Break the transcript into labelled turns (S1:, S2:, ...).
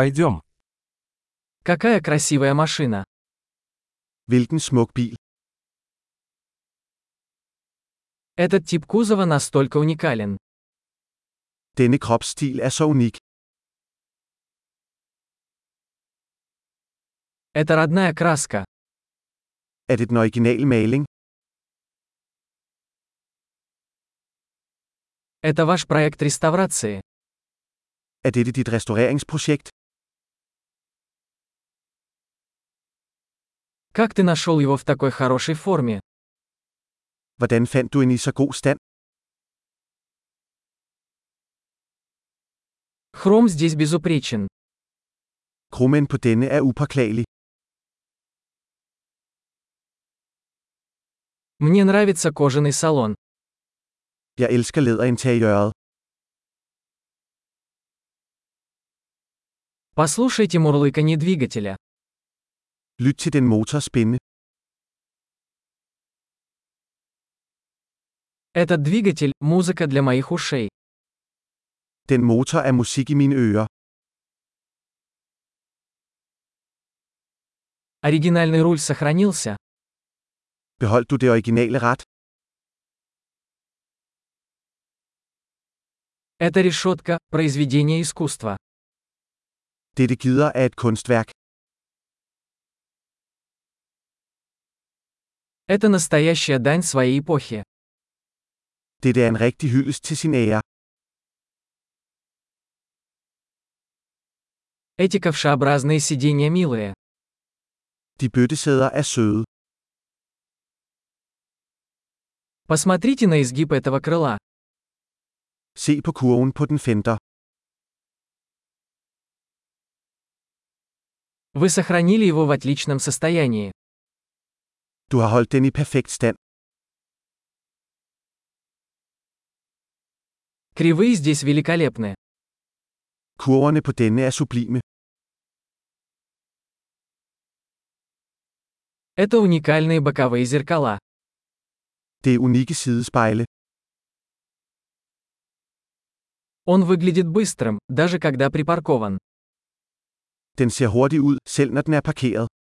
S1: Пойдем.
S2: Какая красивая машина.
S3: Hvilken smuk bil.
S2: Этот тип кузова настолько уникален.
S3: Denne kropsstil er så unik.
S2: Это родная краска.
S3: Er det den originale maling?
S2: Это ваш проект реставрации.
S3: Er dette dit restaureringsprojekt?
S2: Как ты нашел его в такой хорошей форме?
S3: Hvordan fandt du en i så god stand?
S2: Хром здесь безупречен.
S3: Krummen på denne er upåklagelig.
S2: Мне нравится кожаный салон.
S3: Jeg elsker læderinteriøret.
S2: Послушайте мурлыканье двигателя.
S3: Lyt til den motorspinde.
S2: Этот двигатель – музыка для моих ушей.
S3: Den motor er musik i mine ører.
S2: Оригинальный руль сохранился.
S3: Beholdt du det originale ret?
S2: Это решетка – произведение искусства.
S3: Dette gider er et kunstværk.
S2: Это настоящая дань своей эпохи.
S3: Dette er en rigtig hyldest til sin ære.
S2: Эти ковшеобразные сиденья милые.
S3: De bøttesæder er søde.
S2: Посмотрите на изгиб этого крыла.
S3: Se på kurven på den fender.
S2: Вы сохранили его в отличном состоянии.
S3: Du har holdt den i perfekt stand.
S2: Кривые здесь великолепны.
S3: Kurverne på denne er sublime.
S2: Это уникальные боковые зеркала.
S3: Det er unikke sidespejle.
S2: Он выглядит быстрым, даже когда припаркован.
S3: Den ser hurtig ud, selv når den er parkeret.